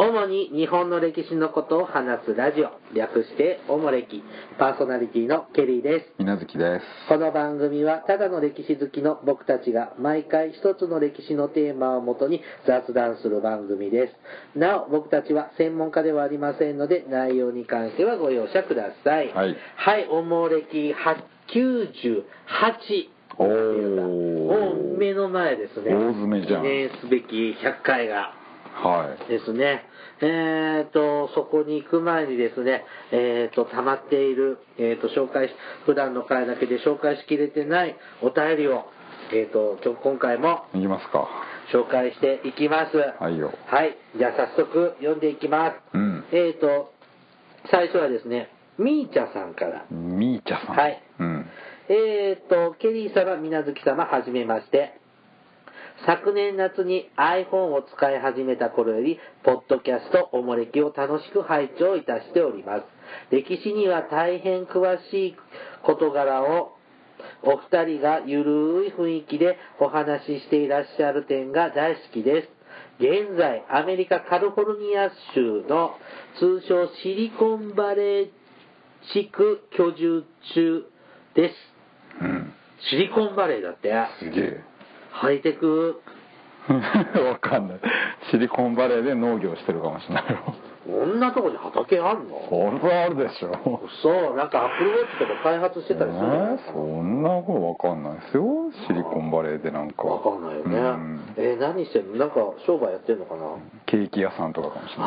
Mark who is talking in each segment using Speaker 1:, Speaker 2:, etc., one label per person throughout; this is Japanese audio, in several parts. Speaker 1: 主に日本の歴史のことを話すラジオ、略しておもれき、パーソナリティのケリーです。
Speaker 2: みなずきです。
Speaker 1: この番組はただの歴史好きの僕たちが毎回一つの歴史のテーマをもとに雑談する番組です。なお、僕たちは専門家ではありませんので、内容に関してはご容赦ください。
Speaker 2: はい
Speaker 1: はい、おもれき98。
Speaker 2: おー
Speaker 1: もう目の前ですね。
Speaker 2: 大詰めじゃん
Speaker 1: 記念すべき100回が。
Speaker 2: はい。
Speaker 1: ですね。えっ、と、そこに行く前にですね、えっ、と、溜まっている、えっ、と、紹介し、普段の回だけで紹介しきれてないお便りを、えっ、と、ちょ今回も
Speaker 2: いきますか。
Speaker 1: 紹介していきます。
Speaker 2: はいよ。
Speaker 1: はい。じゃあ早速読んでいきます。
Speaker 2: うん。
Speaker 1: えっ、と、最初はですね、みーちゃさんから。
Speaker 2: みーちゃさん。
Speaker 1: はい。
Speaker 2: うん。
Speaker 1: えー、と、ケリー様、みなずき様、はじめまして。昨年夏に iPhone を使い始めた頃より、ポッドキャストおもれきを楽しく拝聴いたしております。歴史には大変詳しい事柄をお二人がゆるい雰囲気でお話ししていらっしゃる点が大好きです。現在、アメリカカリフォルニア州の通称シリコンバレー地区居住中です。
Speaker 2: うん。
Speaker 1: シリコンバレーだって。
Speaker 2: すげえ。
Speaker 1: ハイテク、
Speaker 2: わかんない。シリコンバレーで農業してるかもしれないよ。
Speaker 1: こんなとこに畑あんの
Speaker 2: それはあるでしょ。
Speaker 1: そう、なんかアップルウォッチとか開発してたりするの
Speaker 2: ねえそんなことわかんないですよ。シリコンバレーでなんか。
Speaker 1: わかんないよ
Speaker 2: う
Speaker 1: ね
Speaker 2: ん。
Speaker 1: えー何してんのなんか商売やってんのかな、
Speaker 2: ケーキ屋さんとかかもしれない。
Speaker 1: あ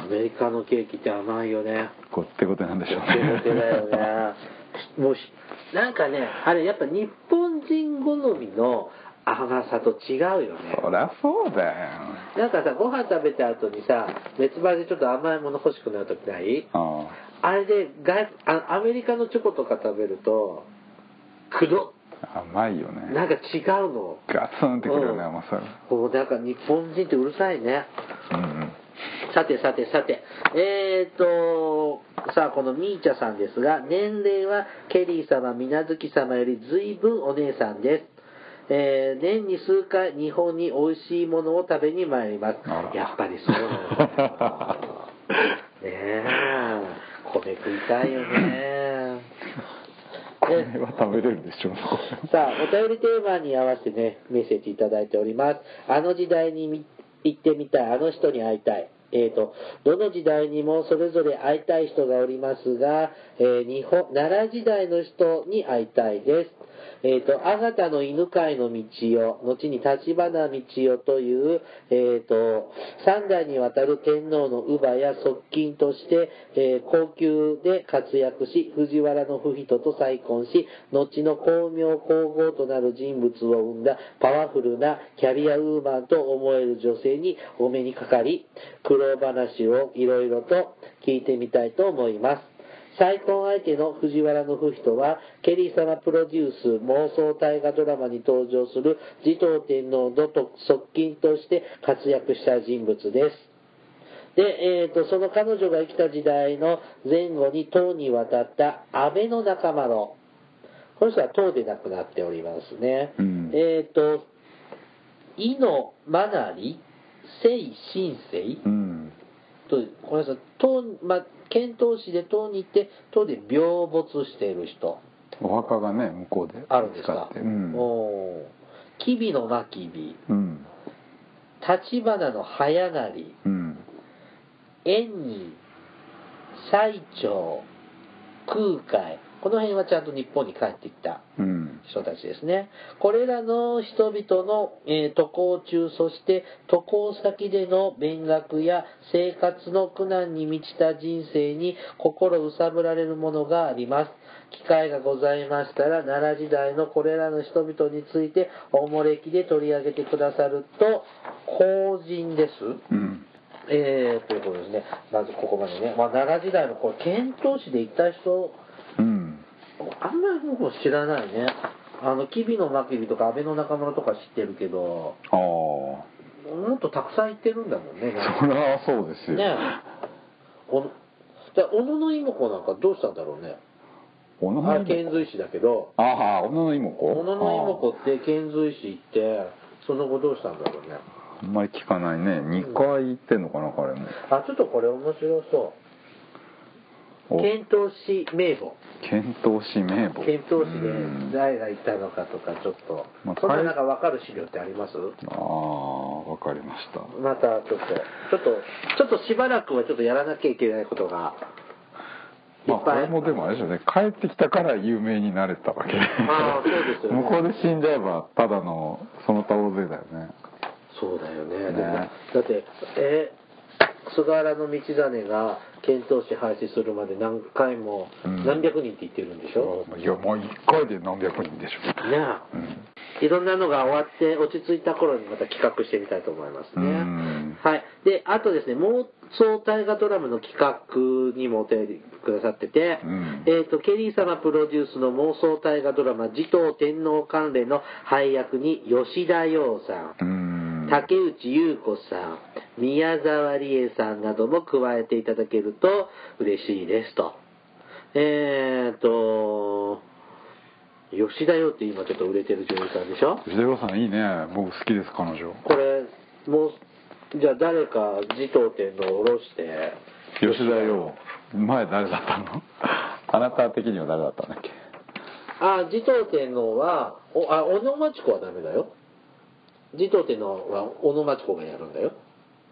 Speaker 1: あ。アメリカのケーキって甘いよね。
Speaker 2: こってことなんでしょう
Speaker 1: モテモテだよ
Speaker 2: ね。
Speaker 1: ね。もうしなんかね、あれやっぱ日本人好みの甘さと違うよね。
Speaker 2: そりゃそうだよ。
Speaker 1: なんかさ、ご飯食べた後にさ、別腹でちょっと甘いもの欲しくなるときない
Speaker 2: あ
Speaker 1: あれで外あ、アメリカのチョコとか食べると、くど
Speaker 2: あ。甘いよ
Speaker 1: っ
Speaker 2: ね。
Speaker 1: なんか違うの。
Speaker 2: ガツンってくるよね、
Speaker 1: うん
Speaker 2: 甘さが。
Speaker 1: こう、なんか日本人ってうるさいね。
Speaker 2: うんうん。
Speaker 1: さてさてさて、えーと、さあこのみーちゃさんですが、年齢はケリー様、みなずき様より随分お姉さんです。えー年に数回日本に美味しいものを食べに参ります
Speaker 2: あら。
Speaker 1: やっぱりそうなんだ よ。ねえ、米食いたいよ ね。
Speaker 2: これは食べれるでしょう。
Speaker 1: さあ、お便りテーマに合わせてね、メッセージいただいております。あの時代にみ行ってみたい、あの人に会いたい。えー、と、どの時代にもそれぞれ会いたい人がおりますが、えー日本、奈良時代の人に会いたいです。えー、と、あがたの犬飼の道を、後に立花道夫という、えー、と、三代にわたる天皇の乳母や側近として、えー高級で活躍し、藤原の不人と再婚し、後の光明皇后となる人物を生んだパワフルなキャリアウーマンと思える女性にお目にかかり、苦労話をいろいろと聞いてみたいと思います。再婚相手の藤原の不人は、ケリー様プロデュース妄想大河ドラマに登場する持統天皇の側近として活躍した人物です。で、えー、とその彼女が生きた時代の前後に唐に渡った安倍の仲間のこの人は唐で亡くなっておりますね、
Speaker 2: うん
Speaker 1: えっ、と伊野真成清新生
Speaker 2: うん。
Speaker 1: とこの人は唐、まあ、遣唐使で唐に行って唐で病没している人
Speaker 2: お墓がね、向こうで
Speaker 1: あるんです
Speaker 2: 使
Speaker 1: か
Speaker 2: って。うん。
Speaker 1: おー吉備の真備
Speaker 2: うん。
Speaker 1: 立花の早成
Speaker 2: うん。
Speaker 1: 縁に最長空海この辺はちゃんと日本に帰ってきた
Speaker 2: うん。
Speaker 1: 人たちですねこれらの人々の、えー渡航中そして渡航先での勉学や生活の苦難に満ちた人生に心揺さぶられるものがあります機会がございましたら奈良時代のこれらの人々についておもれきで取り上げてくださると法人です
Speaker 2: うん。
Speaker 1: えー、ということですね、まずここまでね、まあ、奈良時代のこれ、遣唐使で行った人、
Speaker 2: うん。
Speaker 1: あんまり僕も知らないね、あの吉備の真備とか、安倍の中村とか知ってるけど、
Speaker 2: ああ。そ
Speaker 1: もっとたくさん行ってるんだもんね、
Speaker 2: れはそうですよ。
Speaker 1: ねおじゃあ小野の妹子なんかどうしたんだろうね、
Speaker 2: 小野
Speaker 1: あれ、
Speaker 2: の
Speaker 1: 遣隋使だけど、
Speaker 2: ああ、小野の妹子
Speaker 1: 小野の妹子って遣隋使行って、その後どうしたんだろうね。
Speaker 2: ああんまり聞かないね2回行ってんのかな彼も
Speaker 1: あちょっとこれ面白そう
Speaker 2: お
Speaker 1: 遣唐使名簿
Speaker 2: 遣唐使名簿
Speaker 1: 遣唐使
Speaker 2: う
Speaker 1: で
Speaker 2: ん
Speaker 1: 誰がいたのかとかちょっと、
Speaker 2: まあ
Speaker 1: そんな
Speaker 2: 海
Speaker 1: なんか分かる資料ってあります
Speaker 2: ああわかりました
Speaker 1: またちょっとちょっとちょっとしばらくはちょっとやらなきゃいけないことがいっ
Speaker 2: まあこ
Speaker 1: ぱい
Speaker 2: れもでもあれですよね帰ってきたから有名になれたわけで
Speaker 1: ああそうですよね
Speaker 2: 向こうで死んじゃえばただのその他大勢だよね
Speaker 1: そうだよね
Speaker 2: ね
Speaker 1: でもだってえ菅原道真が遣唐使廃止するまで何回も
Speaker 2: うん
Speaker 1: 何百人って言ってるんでしょ、
Speaker 2: いやもう1回で何百人でしょ
Speaker 1: ねえ
Speaker 2: うん
Speaker 1: いろんなのが終わって落ち着いた頃にまた企画してみたいと思いますね
Speaker 2: うん。
Speaker 1: はい。で、あとですね、妄想大河ドラマの企画にもお便りくださってて、
Speaker 2: うん
Speaker 1: えっ、と、ケリー様プロデュースの妄想大河ドラマ、持統天皇関連の配役に吉田洋さ、
Speaker 2: うんん
Speaker 1: 竹内優子さん、宮沢りえさんなども加えていただけると嬉しいですと。えっ、と、吉田洋って今ちょっと売れてる女優さんでしょ
Speaker 2: 藤田さんいいね僕好きです彼女
Speaker 1: これもうじゃあ誰か持統天皇を下ろして
Speaker 2: 吉田よ前誰だったのあなた的には誰だったんだっけ
Speaker 1: あ持統天皇はおあ小野町子はダメだよ持統天皇は小野町子がやるんだよ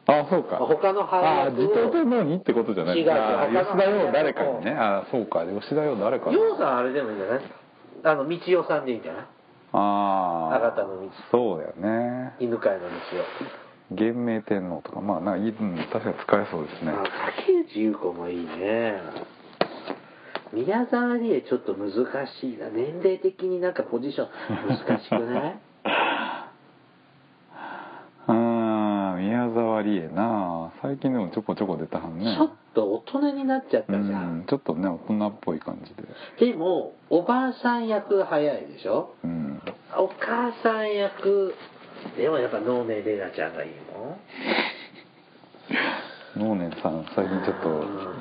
Speaker 2: あそうか
Speaker 1: 他の
Speaker 2: あ
Speaker 1: 配
Speaker 2: あ
Speaker 1: 役
Speaker 2: 自
Speaker 1: を
Speaker 2: 動天皇にってことじゃない
Speaker 1: 違う違う
Speaker 2: あー
Speaker 1: 他
Speaker 2: 吉
Speaker 1: の
Speaker 2: 田
Speaker 1: 配役を
Speaker 2: よ誰かにねああそうか吉田よ誰か
Speaker 1: 洋さんあれでもいいんじゃないあの道代さんでいいんじゃない
Speaker 2: ああ
Speaker 1: あなたの道
Speaker 2: そうだよね
Speaker 1: 犬飼いの道
Speaker 2: 元明天皇とかまあなんかいいうん確かに使えそうです
Speaker 1: 代、
Speaker 2: ね
Speaker 1: あ竹内優子もいいね宮沢りえちょっと難しいな年齢的になんかポジション難しくない
Speaker 2: うーん宮沢りえな最近でもちょこちょこ出たはんね
Speaker 1: ちょっと大人になっちゃった
Speaker 2: う
Speaker 1: じゃ
Speaker 2: ん
Speaker 1: ん。
Speaker 2: ちょっとね大人っぽい感じで
Speaker 1: でも、おばあさん役が早いでしょ
Speaker 2: うん
Speaker 1: お母さん役、でもやっぱ能面玲奈ちゃんがいいもん。
Speaker 2: 能年さん最近ちょっと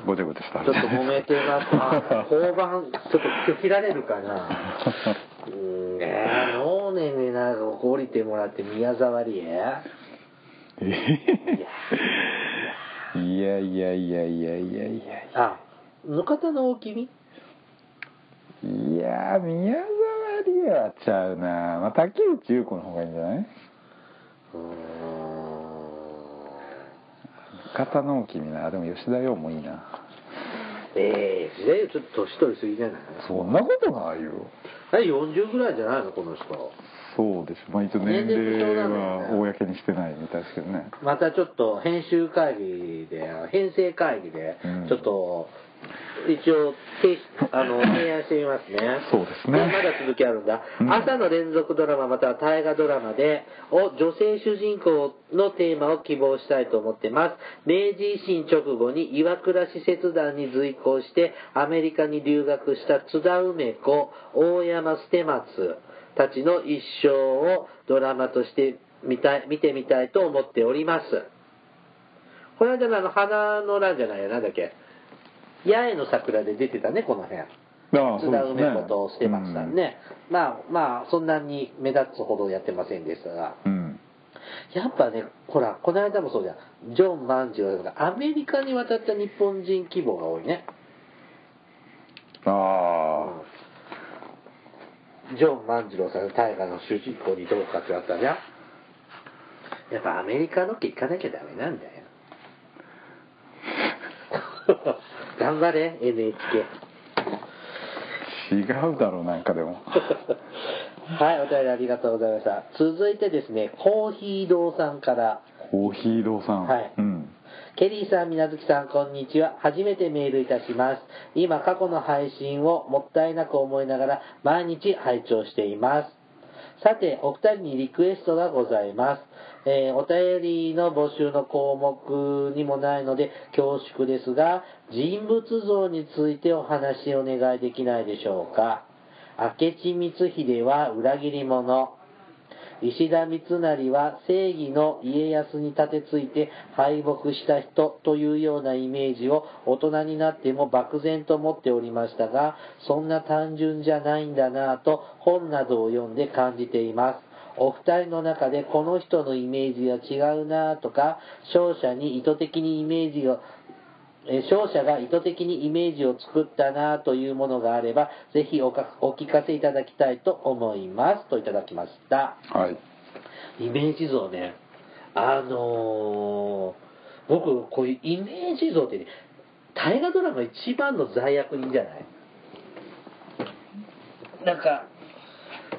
Speaker 2: ごちゃごちゃした
Speaker 1: ちょっと揉めて ます。あ交番、ちょっと拒否られるか な。うん、ねえ、能面玲奈が降りてもらって宮沢りえ
Speaker 2: いやいやいやいやいやいやいや
Speaker 1: あ、の方の大きみ
Speaker 2: いやー宮沢りえはちゃうな、まあ、竹内優子の方がいいんじゃないう
Speaker 1: ーん。
Speaker 2: 片の君なでも吉田羊もいいな
Speaker 1: ええ時代よちょっと年取りすぎじゃない
Speaker 2: そんなことないよ
Speaker 1: あれ40ぐらいじゃないのこの人。
Speaker 2: そうですまあ一応年齢は公にしてないみたいですけどね
Speaker 1: またちょっと編集会議で、編成会議で
Speaker 2: うん、
Speaker 1: ちょっと、一応提あの、提案してみますね。
Speaker 2: そうですね
Speaker 1: まだ続きあるんだ。
Speaker 2: うん
Speaker 1: 朝の連続ドラマまたは大河ドラマで、を女性主人公のテーマを希望したいと思ってます。明治維新直後に岩倉使節団に随行して、アメリカに留学した津田梅子、大山捨松たちの一生をドラマとして見たい見てみたいと思っております。この間のあの、花の欄じゃないや、なんだっけ。八重の桜で出てたね、この辺。
Speaker 2: ああ
Speaker 1: 津田梅子と捨松さんね、まあまあそんなに目立つほどやってませんでしたが
Speaker 2: うん、うん
Speaker 1: やっぱねほらこの間もそうじゃんジョン万次郎とかアメリカに渡った日本人規模が多いね、
Speaker 2: あ
Speaker 1: ジョン万次郎さんが大河の主人公にどうかってなったじゃんやっぱアメリカの家行かなきゃダメなんだよ頑張れ NHK
Speaker 2: あ違うだろうなんかでも
Speaker 1: はい、お便りありがとうございました。続いてですね、コーヒー堂さんから、
Speaker 2: コーヒー堂さん
Speaker 1: はい
Speaker 2: うん
Speaker 1: ケリーさん、みなずきさん、こんにちは。初めてメールいたします。今、過去の配信をもったいなく思いながら、毎日拝聴しています。さて、お二人にリクエストがございます。えーお便りの募集の項目にもないので恐縮ですが、人物像についてお話をお願いできないでしょうか。明智光秀は裏切り者。石田三成は正義の家康に立てついて敗北した人というようなイメージを大人になっても漠然と持っておりましたが、そんな単純じゃないんだなぁと本などを読んで感じています。お二人の中でこの人のイメージが違うなとか、勝者に意図的にイメージを、えー勝者が意図的にイメージを作ったなというものがあれば、ぜひおかお聞かせいただきたいと思います。といただきました。
Speaker 2: はい
Speaker 1: イメージ像ね。あのー僕、こういうイメージ像ってね、大河ドラマ一番の罪悪人じゃないなんか、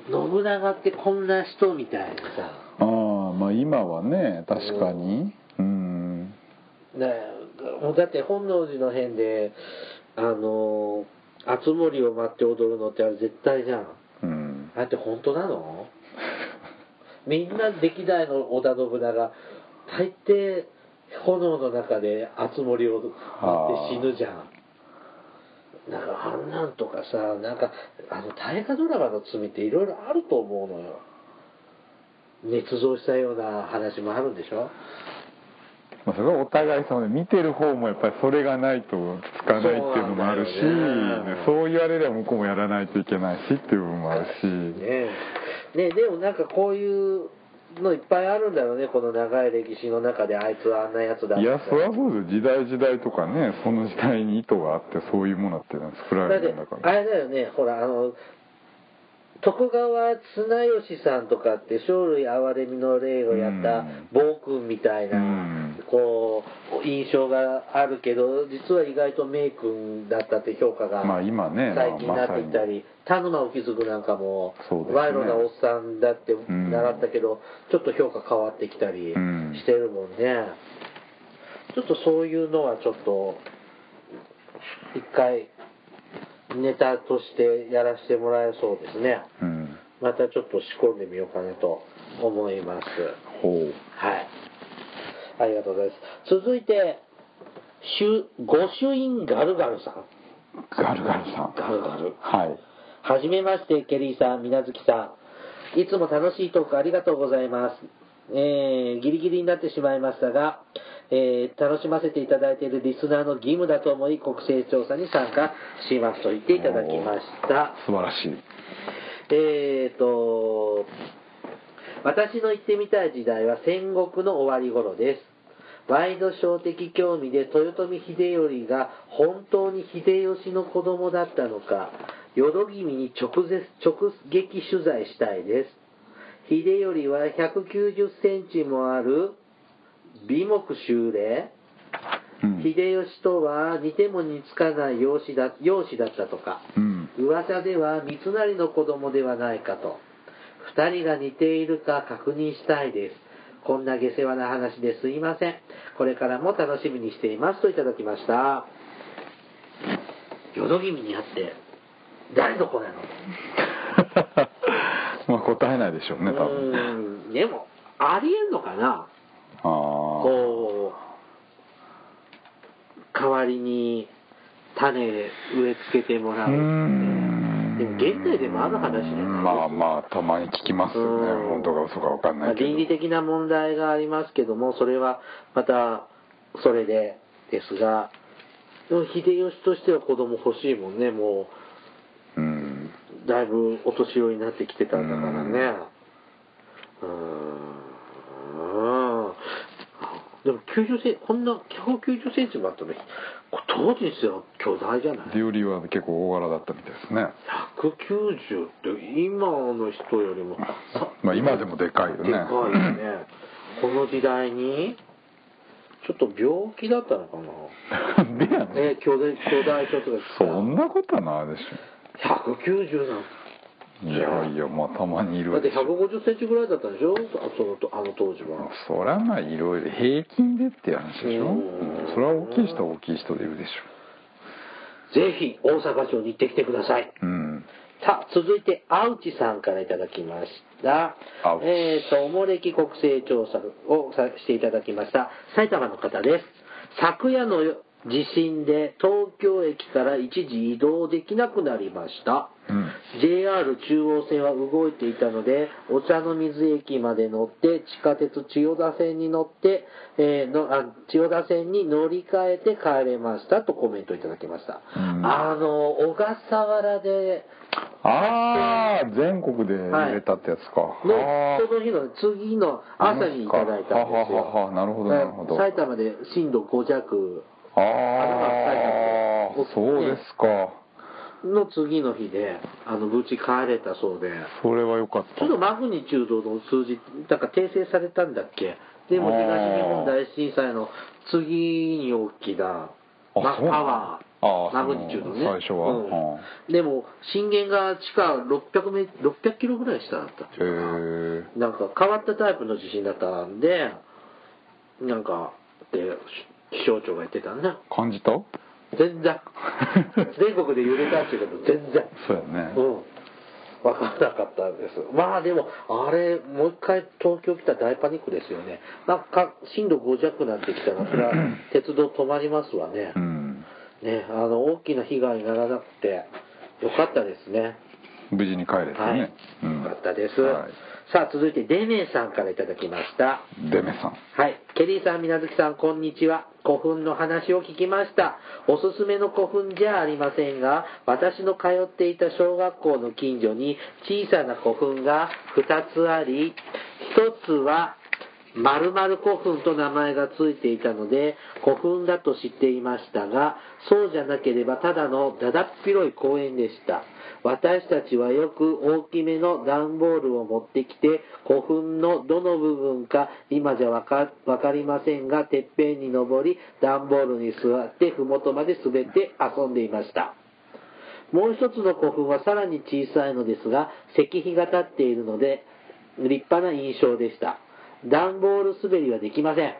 Speaker 1: 信長ってこんな人みたいなさ、
Speaker 2: ああまあ今はね確かにうん
Speaker 1: ねもうだって本能寺の変で、あのー、熱森を待って踊るのってあれ絶対じゃん。
Speaker 2: うん
Speaker 1: あれって本当なのみんな歴代の織田信長大抵炎の中で熱森を
Speaker 2: あー
Speaker 1: 持って死ぬじゃんなんかあんなんとかさなんかあの大河ドラマの罪っていろいろあると思うのよ捏造したような話もあるんでしょ
Speaker 2: まあ、それはお互い様で見てる方もやっぱりそれがないとつかないっていうのもあるし
Speaker 1: そうなんだよね
Speaker 2: そう言われれば向こうもやらないといけないしっていう部分もあるし、
Speaker 1: ねえねえでもなんかこういうのいっぱいあるんだろうねこの長い歴史の中であいつはあんなやつだ
Speaker 2: いや
Speaker 1: みた
Speaker 2: そ
Speaker 1: な
Speaker 2: りゃそうですよ時代時代とかねその時代に意図があってそういうものって作
Speaker 1: だ
Speaker 2: られ
Speaker 1: って
Speaker 2: る
Speaker 1: て
Speaker 2: んだか
Speaker 1: あ
Speaker 2: ら
Speaker 1: れだよね、ほら、あの、徳川綱吉さんとかって、生類憐れみの霊をやった
Speaker 2: うん
Speaker 1: 暴君みたいな、
Speaker 2: うん
Speaker 1: こう、印象があるけど、実は意外と名君だったって評価が、
Speaker 2: まあ今ね
Speaker 1: 最近
Speaker 2: ま
Speaker 1: な
Speaker 2: あ
Speaker 1: ってきたり、田沼浮津なんかも、
Speaker 2: そうですね
Speaker 1: 賄賂なおっさんだって
Speaker 2: うん
Speaker 1: 習ったけど、ちょっと評価変わってきたり
Speaker 2: うん
Speaker 1: してるもんね。ちょっとそういうのはちょっと、一回、ネタとしてやらせてもらえそうですね。
Speaker 2: うん
Speaker 1: またちょっと仕込んでみようかなと思います。
Speaker 2: ほ
Speaker 1: はい。ありがとうございます。続いて、しゅ御朱印ガルガルさん。
Speaker 2: うガルガルさん
Speaker 1: ガルガル
Speaker 2: はい
Speaker 1: はじめまして、ケリーさん、みなずきさん。いつも楽しいトークありがとうございます。えー、ギリギリになってしまいましたが、えー、楽しませていただいているリスナーの義務だと思い、国勢調査に参加しますと言っていただきました。
Speaker 2: 素晴らしい
Speaker 1: えーと、私の行ってみたい時代は戦国の終わり頃です。ワイドショー的興味で豊臣秀頼が本当に秀吉の子供だったのか、淀君に直接直撃取材したいです。秀頼は190センチもある美目修麗
Speaker 2: うん
Speaker 1: 秀吉とは似ても似つかない容姿だ容姿だったとか。
Speaker 2: うん
Speaker 1: 噂では三成の子供ではないかと二人が似ているか確認したいですこんな下世話な話ですいませんこれからも楽しみにしていますといただきました淀君に会って誰の子なの
Speaker 2: まあ答えないでしょうね多
Speaker 1: う
Speaker 2: 分
Speaker 1: ーんでもありえんのかな
Speaker 2: ああ
Speaker 1: こう代わりに種植え付けてもらう
Speaker 2: うーん
Speaker 1: でも現代でもある話じゃない
Speaker 2: まあまあたまに聞きますよね
Speaker 1: うん
Speaker 2: 本当か嘘か分かん
Speaker 1: ま
Speaker 2: な
Speaker 1: あ
Speaker 2: いけど
Speaker 1: 倫理的な問題がありますけども、それはまたそれでですが、でも秀吉としては子供欲しいもんね、も
Speaker 2: うん
Speaker 1: うだいぶお年寄りになってきてたんだからね。うーん。でも90センチ、こんな190センチもあったのこれ当時にしては巨大じゃない
Speaker 2: デュオリは結構大柄だったみたいですね
Speaker 1: ?190 って今の人よりも、さ
Speaker 2: まあ今でもでかいよね
Speaker 1: でかいよ ね。この時代に、ちょっと病気だったのかな。
Speaker 2: なんでやねん
Speaker 1: ね、巨大、巨大ちょっとが
Speaker 2: そんなことはないでし
Speaker 1: 190なん
Speaker 2: ょいやいやまあたまにい
Speaker 1: だっ
Speaker 2: る
Speaker 1: て
Speaker 2: でしょ
Speaker 1: 150センチぐらいだったでしょそのとあの当時は。
Speaker 2: そりゃまあいろいろ平均でっていう話でしょ
Speaker 1: うん
Speaker 2: それは大きい人は大きい人でいるでし
Speaker 1: ぜひ、大阪城に行ってきてください。
Speaker 2: ょうん
Speaker 1: さあ、続いて、アウチさんからいただきました
Speaker 2: アウ。チ
Speaker 1: えっ、と、おもれき国勢調査をさしていただきました。埼玉の方です。昨夜の地震で東京駅から一時移動できなくなりました。
Speaker 2: うん
Speaker 1: JR 中央線は動いていたので、お茶の水駅まで乗って、地下鉄千代田線に乗って、えーのあ千代田線に乗り換えて帰れましたとコメントいただきました。
Speaker 2: うん
Speaker 1: あの、小笠原で
Speaker 2: ああ全国で売れたってやつか、
Speaker 1: の
Speaker 2: はー
Speaker 1: その日の次の朝にいただいたんですよ
Speaker 2: ははははなるほどなるほど
Speaker 1: 埼玉で震度5弱
Speaker 2: ああ
Speaker 1: 僕
Speaker 2: そうですか
Speaker 1: の次の日であの無事帰れたそうで
Speaker 2: それは良かっ
Speaker 1: ちょ
Speaker 2: た
Speaker 1: っとマグニチュードの数字なんか訂正されたんだっけでも
Speaker 2: あー
Speaker 1: 東日本大震災の次に大きな
Speaker 2: あ
Speaker 1: ま
Speaker 2: そうな
Speaker 1: パ
Speaker 2: の
Speaker 1: ワ
Speaker 2: あ
Speaker 1: ー
Speaker 2: ー
Speaker 1: マグニチュードね
Speaker 2: その最初は
Speaker 1: うん
Speaker 2: あ
Speaker 1: でも震源が地下600メ600キロぐらい下だった
Speaker 2: へえ
Speaker 1: なんか変わったタイプの地震だったんで、なんか、って気象庁が言ってたね。
Speaker 2: 感じた
Speaker 1: 全 然。全国で揺れたっていうけど、全然。
Speaker 2: そうやね
Speaker 1: うん。わからなかったんです。まあでも、あれ、もう一回東京来たら大パニックですよね。なんか、震度5弱なんてきたら、 それは鉄道止まりますわね
Speaker 2: う。ん
Speaker 1: ね、あの、大きな被害にならなくて、よかったですね。
Speaker 2: 無事に帰れてね、
Speaker 1: はい。よ
Speaker 2: うん
Speaker 1: かったです。
Speaker 2: は
Speaker 1: さあ、続いて、デメさんからいただきました。
Speaker 2: い、デメさん
Speaker 1: はい。ケリーさん、みなずきさん、こんにちは。古墳の話を聞きました。おすすめの古墳じゃありませんが、私の通っていた小学校の近所に小さな古墳が2つあり、1つは〇〇古墳と名前がついていたので、古墳だと知っていましたが、そうじゃなければただのだだっ広い公園でした。私たちはよく大きめの段ボールを持ってきて、古墳のどの部分か今じゃわかわかりませんが、てっぺんに登り、段ボールに座って、ふもとまで滑って遊んでいました。もう一つの古墳はさらに小さいのですが、石碑が立っているので、立派な印象でした。段ボール滑りはできません。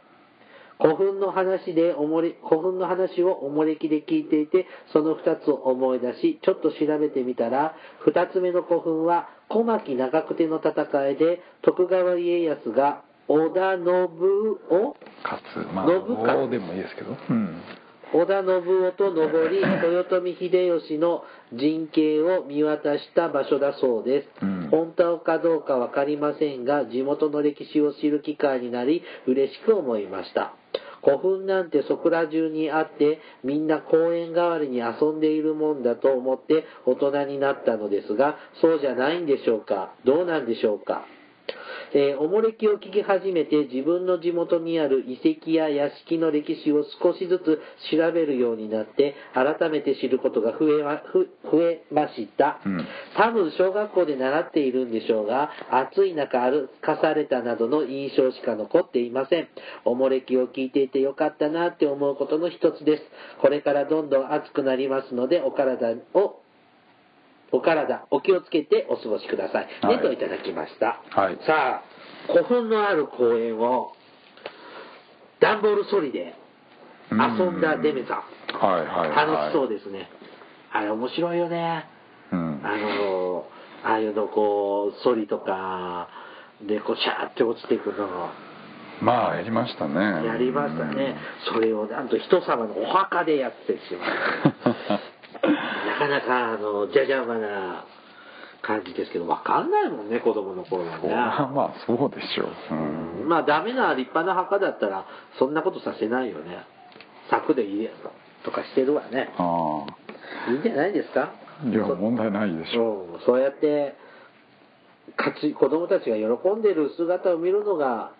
Speaker 1: 古墳の話でおもれ、古墳の話をおもれきで聞いていて、その二つを思い出し、ちょっと調べてみたら、二つ目の古墳は、小牧長久手の戦いで、徳川家康が、織田信夫
Speaker 2: かつまあ
Speaker 1: 信勝
Speaker 2: どうでもいいですけどうん
Speaker 1: 織田信夫と登り、豊臣秀吉の陣形を見渡した場所だそうです。
Speaker 2: うん
Speaker 1: 本当かどうかわかりませんが、地元の歴史を知る機会になり、嬉しく思いました。古墳なんてそこら中にあって、みんな公園代わりに遊んでいるもんだと思って大人になったのですが、そうじゃないんでしょうかどうなんでしょうかえーおもれきを聞き始めて自分の地元にある遺跡や屋敷の歴史を少しずつ調べるようになって改めて知ることが増えまふ増えました、
Speaker 2: うん
Speaker 1: 多分小学校で習っているんでしょうが暑い中歩かされたなどの印象しか残っていませんおもれきを聞いていてよかったなって思うことの一つですこれからどんどん暑くなりますのでお体をお体お気をつけてお過ごしください、
Speaker 2: はい
Speaker 1: ねといただきました
Speaker 2: はい
Speaker 1: さあ古墳のある公園を段ボールソリで遊んだデメさん
Speaker 2: んはいはい、はい、
Speaker 1: 楽しそうですね、あれ面白いよね
Speaker 2: うん
Speaker 1: あのああいうのこうソリとかでこうシャーって落ちていくの
Speaker 2: まあやりましたね
Speaker 1: をやりましたね、それをなんと人様のお墓でやってしまうなかなかあのじゃじゃ馬な感じですけどわかんないもんね子供の頃は
Speaker 2: うんそりゃ
Speaker 1: ね
Speaker 2: まあそうでしょう、うん
Speaker 1: まあダメな立派な墓だったらそんなことさせないよね柵でいいやとかしてるわね
Speaker 2: あ
Speaker 1: いいんじゃないですか
Speaker 2: あいや
Speaker 1: そ
Speaker 2: 問題ないでしょ
Speaker 1: うん、そうやって勝ち子供たちが喜んでる姿を見るのが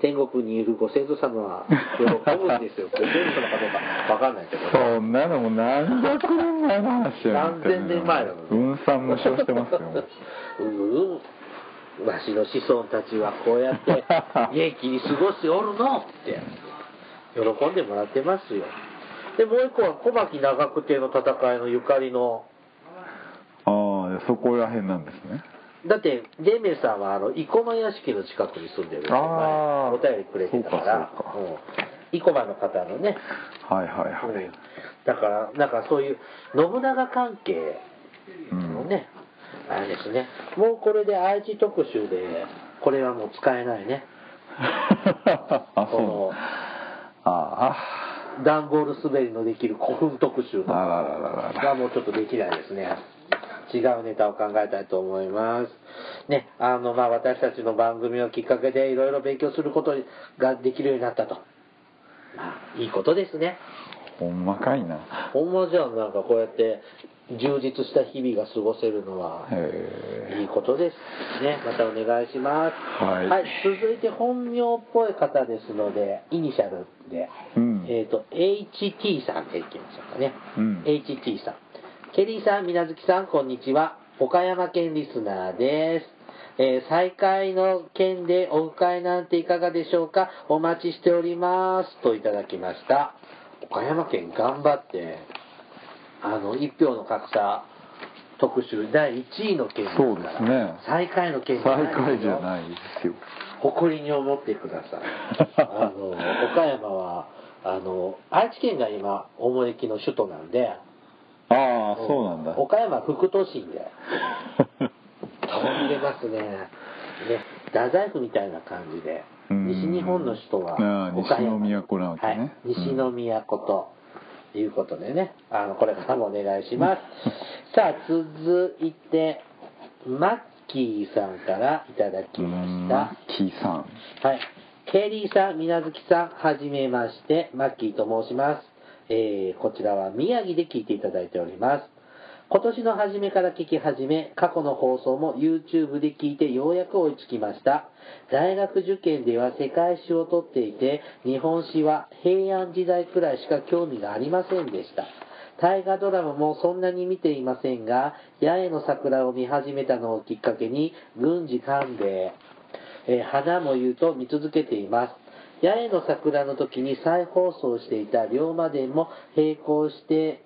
Speaker 1: 天国にいるご先祖様は喜ぶんですよご先祖様かどうかわかんないけどね
Speaker 2: そんなのもう何百年前の話や
Speaker 1: 何千年前だもんね
Speaker 2: 分散無償してます よ
Speaker 1: うんうんわしの子孫たちはこうやって元気に過ごしておるのって喜んでもらってますよでもう一個は小牧長久手の戦いのゆかりの
Speaker 2: ああそこら辺なんですね
Speaker 1: だってデメさんはあの生駒屋敷の近くに住んでる
Speaker 2: あー
Speaker 1: 前お便りくれてたから
Speaker 2: そうかそう
Speaker 1: うん、生駒の方のね、
Speaker 2: はいはいは
Speaker 1: うんだからなんかそういう信長関係
Speaker 2: い、うん
Speaker 1: のね、あれですねもうこれで愛知特集でこれはもう使えないね
Speaker 2: あ
Speaker 1: この
Speaker 2: そうあ
Speaker 1: 段ボール滑りのできる古墳特集と
Speaker 2: あら
Speaker 1: から
Speaker 2: ららら
Speaker 1: がもうちょっとできないですね違うネタを考えたいと思いますねあのまあ私たちの番組をきっかけでいろいろ勉強することができるようになったとまあいいことですね
Speaker 2: ほんまかいな
Speaker 1: ほんまじゃん、なんかこうやって充実した日々が過ごせるのは、
Speaker 2: へ
Speaker 1: いいことです。ね、またお願いします。
Speaker 2: はい
Speaker 1: 続いて本名っぽい方ですので、イニシャルで、
Speaker 2: えうん
Speaker 1: えっ、と、HT さんでいきましょうかね。
Speaker 2: うん
Speaker 1: HT さん。ケリーさん、みなずきさん、こんにちは。岡山県リスナーです。えー再開の件でオフ会なんていかがでしょうかお待ちしております。といただきました。岡山県頑張って、あの、一票の格差特集第1位の件
Speaker 2: そうですね
Speaker 1: 最下位の件
Speaker 2: 最下位じゃないですよ
Speaker 1: 誇りに思ってくださいあの岡山はあの愛知県が今大きの首都なんで
Speaker 2: ああそうなんだ
Speaker 1: 岡山副都心で飛んでますねね太宰府みたいな感じで
Speaker 2: うん
Speaker 1: 西日本の首都は
Speaker 2: ああ
Speaker 1: 岡山
Speaker 2: 西の都なわけね
Speaker 1: はい、
Speaker 2: うん
Speaker 1: 西の都ということでねあのこれからもお願いします さあ続いてマッキーさんからいただき
Speaker 2: う
Speaker 1: まし
Speaker 2: ん
Speaker 1: た
Speaker 2: マッキーさん
Speaker 1: はい。ケリーさん、みなずきさん、はじめまして、マッキーと申します。えー、こちらは宮城で聞いていただいております。今年の初めから聞き始め、過去の放送も YouTube で聞いてようやく追いつきました。大学受験では世界史を取っていて、日本史は平安時代くらいしか興味がありませんでした。大河ドラマもそんなに見ていませんが、八重の桜を見始めたのをきっかけに、軍事官兵衛、えー花も言うと見続けています。八重の桜の時に再放送していた龍馬伝も並行して、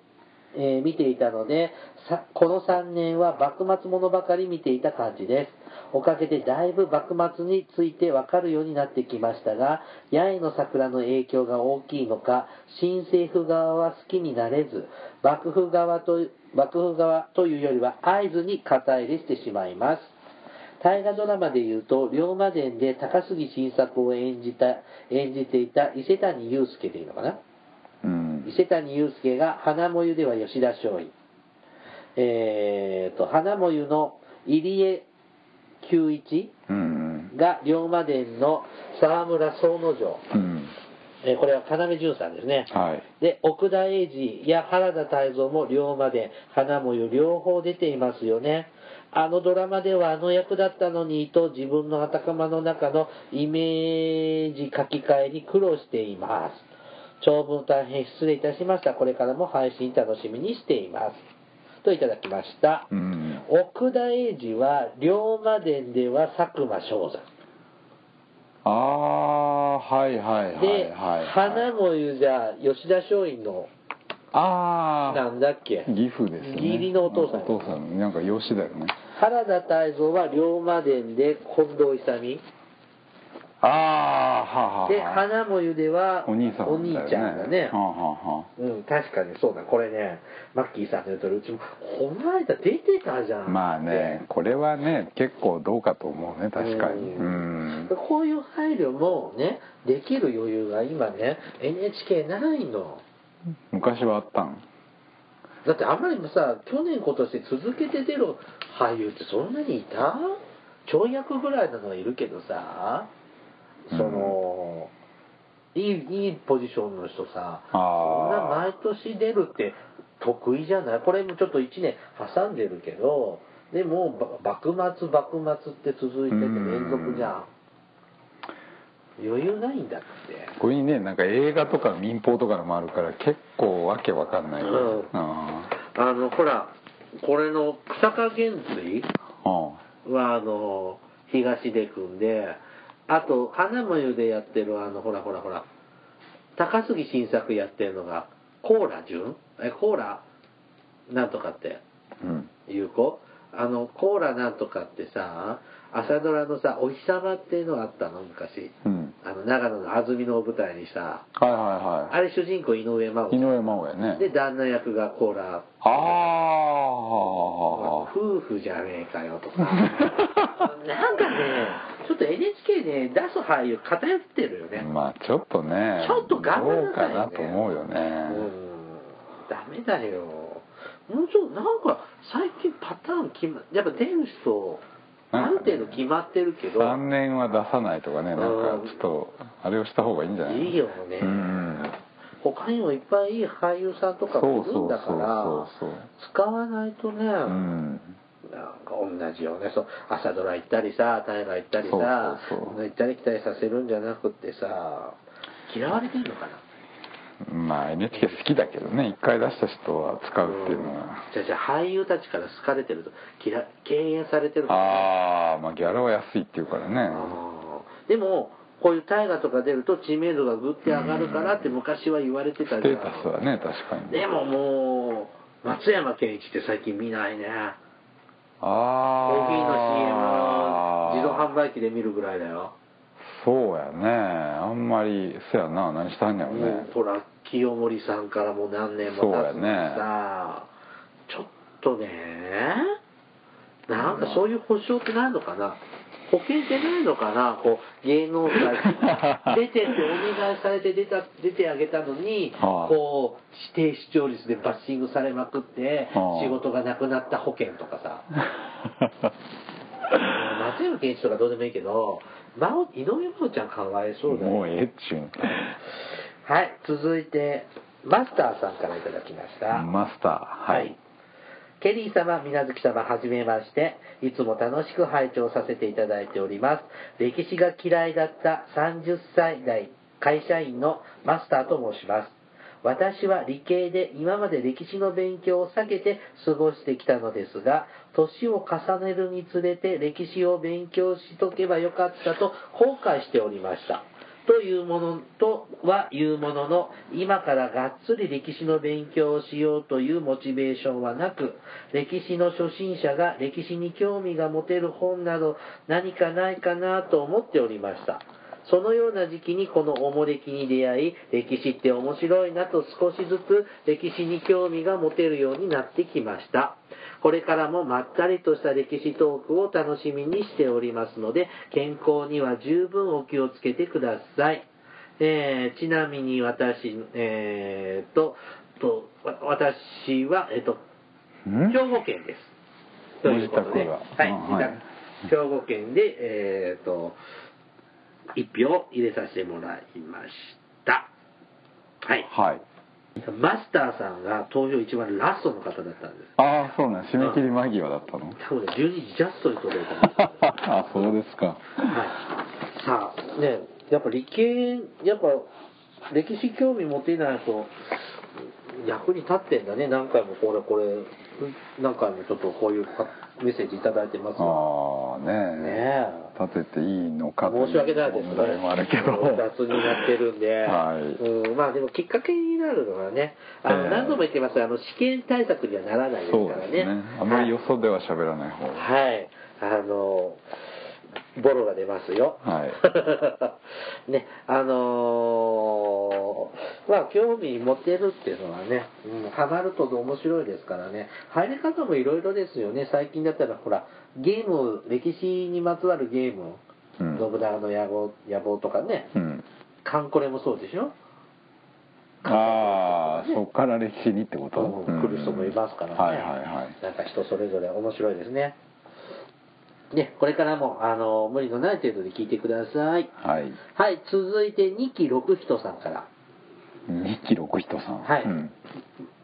Speaker 1: えー見ていたので、さこの3年は幕末ものばかり見ていた感じです。おかげでだいぶ幕末についてわかるようになってきましたが、八重の桜の影響が大きいのか、新政府側は好きになれず、幕府側と幕府側というよりは合図に肩入れしてしまいます。大河ドラマで言うと、龍馬伝で高杉晋作を演じた、演じていた伊勢谷友介でいいのかな
Speaker 2: うん
Speaker 1: 伊勢谷友介が花もゆでは吉田松陰。えーと、花もゆの入江久一
Speaker 2: うん
Speaker 1: が龍馬伝の沢村宗之丞。
Speaker 2: うん
Speaker 1: えーこれは要潤さんですね。
Speaker 2: はい
Speaker 1: で、奥田英二や原田泰造も龍馬で、花もゆ両方出ていますよね。あのドラマではあの役だったのにと自分の頭の中のイメージ書き換えに苦労しています。長文大変失礼いたしました。これからも配信楽しみにしています。といただきました。
Speaker 2: うん
Speaker 1: 奥田英二は龍馬伝では佐久間翔山。
Speaker 2: ああはいはいはい
Speaker 1: で、
Speaker 2: はい
Speaker 1: 花もゆじゃ吉田松陰の
Speaker 2: ああ
Speaker 1: なんだっけ
Speaker 2: 岐阜ですね
Speaker 1: 義理のお父さん
Speaker 2: お父さんなんか養子だよね
Speaker 1: 原田泰造は龍馬伝で近藤勇
Speaker 2: ああはあはあ
Speaker 1: で花もゆでは
Speaker 2: お兄さんだよね
Speaker 1: お兄ちゃんだね
Speaker 2: はあはあは
Speaker 1: うん確かにそうだこれねマッキーさんの言うとおりうちもこの間出てたじゃ
Speaker 2: あ
Speaker 1: ん
Speaker 2: まあねこれはね結構どうかと思うね確かに
Speaker 1: う
Speaker 2: うんん
Speaker 1: こういう配慮もねできる余裕が今ね NHK ないの
Speaker 2: 昔はあったん
Speaker 1: だってあんまりさ去年今年続けて出る俳優ってそんなにいたちょい役ぐらいなのはいるけどさその、いいいいポジションの人さ
Speaker 2: あー
Speaker 1: そんな毎年出るって得意じゃないこれもちょっと1年挟んでるけどでもば幕末幕末って続いてて連続じゃん余裕ないんだって
Speaker 2: これにねなんか映画とか民放とかのもあるから結構わけわかんないよ
Speaker 1: うん
Speaker 2: あ
Speaker 1: あのほらこれの草加元帥
Speaker 2: あ
Speaker 1: はあの東出君であと花もゆでやってるあのほらほらほら高杉晋作やってるのがコーラ潤えコーラなんとかって
Speaker 2: うん
Speaker 1: いう子あのコーラなんとかってさ朝ドラのさ「お日様っていうのあったの昔
Speaker 2: うん
Speaker 1: あの長野の安曇野を舞台にさ
Speaker 2: はいはいは
Speaker 1: あれ主人公井上真央
Speaker 2: い井上真央やね
Speaker 1: で旦那役がコーラ
Speaker 2: ああ
Speaker 1: 夫婦じゃねえかよ とかなんかねちょっと NHK ね出す俳優偏ってるよね、
Speaker 2: まあちょっとね
Speaker 1: ちょっと頑張
Speaker 2: ど
Speaker 1: ら
Speaker 2: うか
Speaker 1: な
Speaker 2: な
Speaker 1: さいね
Speaker 2: と思うよ
Speaker 1: う
Speaker 2: ね
Speaker 1: んダメだよもうちょっとなんか最近パターン決まやっぱ出る人ある程度決まってるけど、
Speaker 2: 3年は出さないとかねなん
Speaker 1: うん
Speaker 2: かちょっとあれをした方がいいんじゃない
Speaker 1: いいよね、
Speaker 2: うん
Speaker 1: 他にもいっぱいいい俳優さんとかもいるんだから
Speaker 2: そうそうそうそう
Speaker 1: 使わないとね、
Speaker 2: うん
Speaker 1: なんか同じよねそう朝ドラ行ったりさ大河行ったりさ
Speaker 2: そうそうそう
Speaker 1: 行ったり来たりさせるんじゃなくってさ嫌われてんのかな
Speaker 2: まあ NHK 好きだけどね一回出した人は使うっていうのは、
Speaker 1: じゃあじゃあ俳優たちから好かれてると嫌敬遠されてるからね
Speaker 2: ああまあギャラは安いっていうからね
Speaker 1: あーでもこういう大河とか出ると知名度がぐって上がるからって昔は言われてた
Speaker 2: ス
Speaker 1: じ
Speaker 2: テ
Speaker 1: ゃ
Speaker 2: ータスは
Speaker 1: ん
Speaker 2: ね確かに
Speaker 1: でももう松山ケンイチって最近見ないねコ
Speaker 2: ああ
Speaker 1: ーヒーの CM 自動販売機で見るぐらいだよ
Speaker 2: そうやねあんまりそやな何したんやろね、
Speaker 1: もうほら清盛さんからもう何年も経つのにさ、ちょっとねなんかそういう保証ってないのかな保険ってないのかなこう芸能界出てってお願いされて出た出てあげたのに、
Speaker 2: はあ
Speaker 1: こう指定視聴率でバッシングされまくって、
Speaker 2: はあ
Speaker 1: 仕事がなくなった保険とかさ松山ケンイチとかどうでもいいけど真央井上真央ちゃん考えそうだよね
Speaker 2: もうええっちゅうん
Speaker 1: はい、続いて、マスターさんからいただきました。
Speaker 2: マスターはい、
Speaker 1: ケリー様、水無月様、はじめまして。いつも楽しく拝聴させていただいております。歴史が嫌いだった30歳代会社員のマスターと申します。私は理系で今まで歴史の勉強を避けて過ごしてきたのですが、年を重ねるにつれて歴史を勉強しとけばよかったと後悔しておりました。というものとは言うものの、今からがっつり歴史の勉強をしようというモチベーションはなく、歴史の初心者が歴史に興味が持てる本など何かないかなと思っておりました。そのような時期にこのおもれきに出会い、歴史って面白いなと少しずつ歴史に興味が持てるようになってきました。これからもまったりとした歴史トークを楽しみにしておりますので、健康には十分お気をつけてください。えーちなみに私、えーと、と、わ私は、えっ、と、
Speaker 2: ん
Speaker 1: 兵庫県です。ということで、
Speaker 2: ご
Speaker 1: は
Speaker 2: 自宅
Speaker 1: い、
Speaker 2: が
Speaker 1: 自
Speaker 2: はい
Speaker 1: 宅兵庫県で、えーと、一票入れさせてもらいました。はい。
Speaker 2: はい
Speaker 1: マスターさんが投票一番ラストの方だったんです。
Speaker 2: ああそうなん締め切り間際だったの
Speaker 1: 多分ね、12時ジャストに届いたんですよ。
Speaker 2: あそうですか
Speaker 1: はい。さあ、ね、やっぱ理系、やっぱ歴史興味持てないと役に立ってんだね。何回もこれ、これ、何回もちょっとこういうパメッセージいただいてますわ。
Speaker 2: ああ
Speaker 1: ね
Speaker 2: ね
Speaker 1: え。
Speaker 2: 立てていいのかとう
Speaker 1: 申し訳ないですね。
Speaker 2: 問題もあるけど
Speaker 1: 雑になってるんで、
Speaker 2: はい
Speaker 1: うん、まあでもきっかけになるのはね、あの
Speaker 2: ええ
Speaker 1: 何度も言ってますがあの試験対策にはならないですか
Speaker 2: そうで
Speaker 1: ら
Speaker 2: す
Speaker 1: ね。
Speaker 2: ねあんまりよそでは喋らない方が
Speaker 1: はい。あの、ボロが出ますよ。
Speaker 2: は
Speaker 1: ね、あのーまあ、興味持てるっていうのはね、うん、ハマると面白いですからね、入り方もいろいろですよね。最近だったら、ほら、ゲーム、歴史にまつわるゲーム、
Speaker 2: うん
Speaker 1: 信長の野望野望とかね、
Speaker 2: うん
Speaker 1: カンコレもそうでしょ
Speaker 2: ああそこから歴史にってこと、
Speaker 1: うん来る人もいますからね、
Speaker 2: はいはいはい
Speaker 1: なんか人それぞれ面白いですねねこれからもあの無理のない程度で聞いてください
Speaker 2: はい
Speaker 1: はい続いて2期6人さんから
Speaker 2: 二木六人さん
Speaker 1: はい
Speaker 2: うん